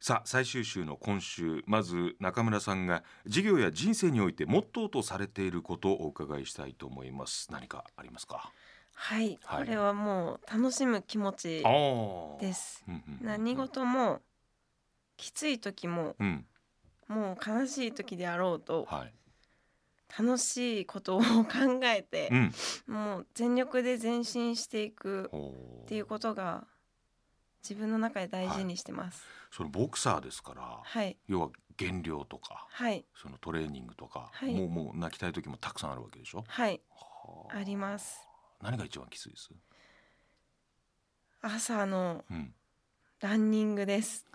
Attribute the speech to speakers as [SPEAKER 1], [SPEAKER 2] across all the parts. [SPEAKER 1] さあ最終週の今週まず中村さんが事業や人生においてモットーとされていることをお伺いしたいと思います何かありますか
[SPEAKER 2] はい、
[SPEAKER 1] はい
[SPEAKER 2] これはもう楽しむ気持ち
[SPEAKER 1] ああ
[SPEAKER 2] です。
[SPEAKER 1] うんうんうん
[SPEAKER 2] 何事もきつい時も
[SPEAKER 1] うん
[SPEAKER 2] もう悲しい時であろうと
[SPEAKER 1] はい
[SPEAKER 2] 楽しいことを考えて
[SPEAKER 1] う、ん
[SPEAKER 2] もう全力で前進していく
[SPEAKER 1] ほ
[SPEAKER 2] っていうことが自分の中で大事にしてます。
[SPEAKER 1] そのボクサーですから
[SPEAKER 2] はい、
[SPEAKER 1] 要は減量とか
[SPEAKER 2] はい、
[SPEAKER 1] そのトレーニングとか、
[SPEAKER 2] はい
[SPEAKER 1] もうもう泣きたい時もたくさんあるわけでしょ
[SPEAKER 2] はい、
[SPEAKER 1] は
[SPEAKER 2] あります。
[SPEAKER 1] 何が一番きついです
[SPEAKER 2] 朝の
[SPEAKER 1] うん
[SPEAKER 2] ランニングです。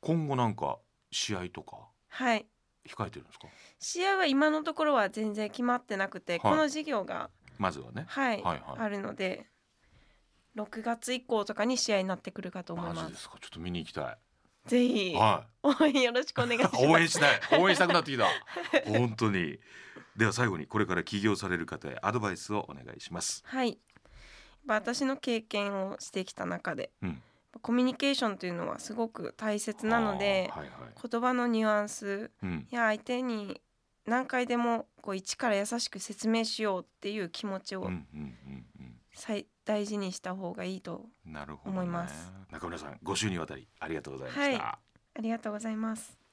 [SPEAKER 1] 今後なんか試合とか
[SPEAKER 2] はい、
[SPEAKER 1] 控えてるんですか
[SPEAKER 2] 試合は今のところは全然決まってなくて、
[SPEAKER 1] い
[SPEAKER 2] この事業が
[SPEAKER 1] まずはね
[SPEAKER 2] は
[SPEAKER 1] はい
[SPEAKER 2] い、
[SPEAKER 1] はい
[SPEAKER 2] あるので6月以降とかに試合になってくるかと思い
[SPEAKER 1] マ
[SPEAKER 2] ま
[SPEAKER 1] ジ
[SPEAKER 2] す
[SPEAKER 1] ですかちょっと見に行きた
[SPEAKER 2] ぜ
[SPEAKER 1] い
[SPEAKER 2] ひ
[SPEAKER 1] はい
[SPEAKER 2] 応援よろしくお願いします
[SPEAKER 1] 応援したい応援したくなってきた本当にでは最後にこれから起業される方へアドバイスをお願いします
[SPEAKER 2] はいやっぱ私の経験をしてきた中で
[SPEAKER 1] うん
[SPEAKER 2] コミュニケーションというのはすごく大切なので、
[SPEAKER 1] あーはいはい
[SPEAKER 2] 言葉のニュアンス
[SPEAKER 1] うん
[SPEAKER 2] や相手に何回でもこう一から優しく説明しようっていう気持ち
[SPEAKER 1] うんう
[SPEAKER 2] を
[SPEAKER 1] んうん
[SPEAKER 2] 最大事にした方がいいと
[SPEAKER 1] うんなるほど、ね、
[SPEAKER 2] 思います
[SPEAKER 1] 中村さん5週にわたりありがとうございました、
[SPEAKER 2] はいありがとうございます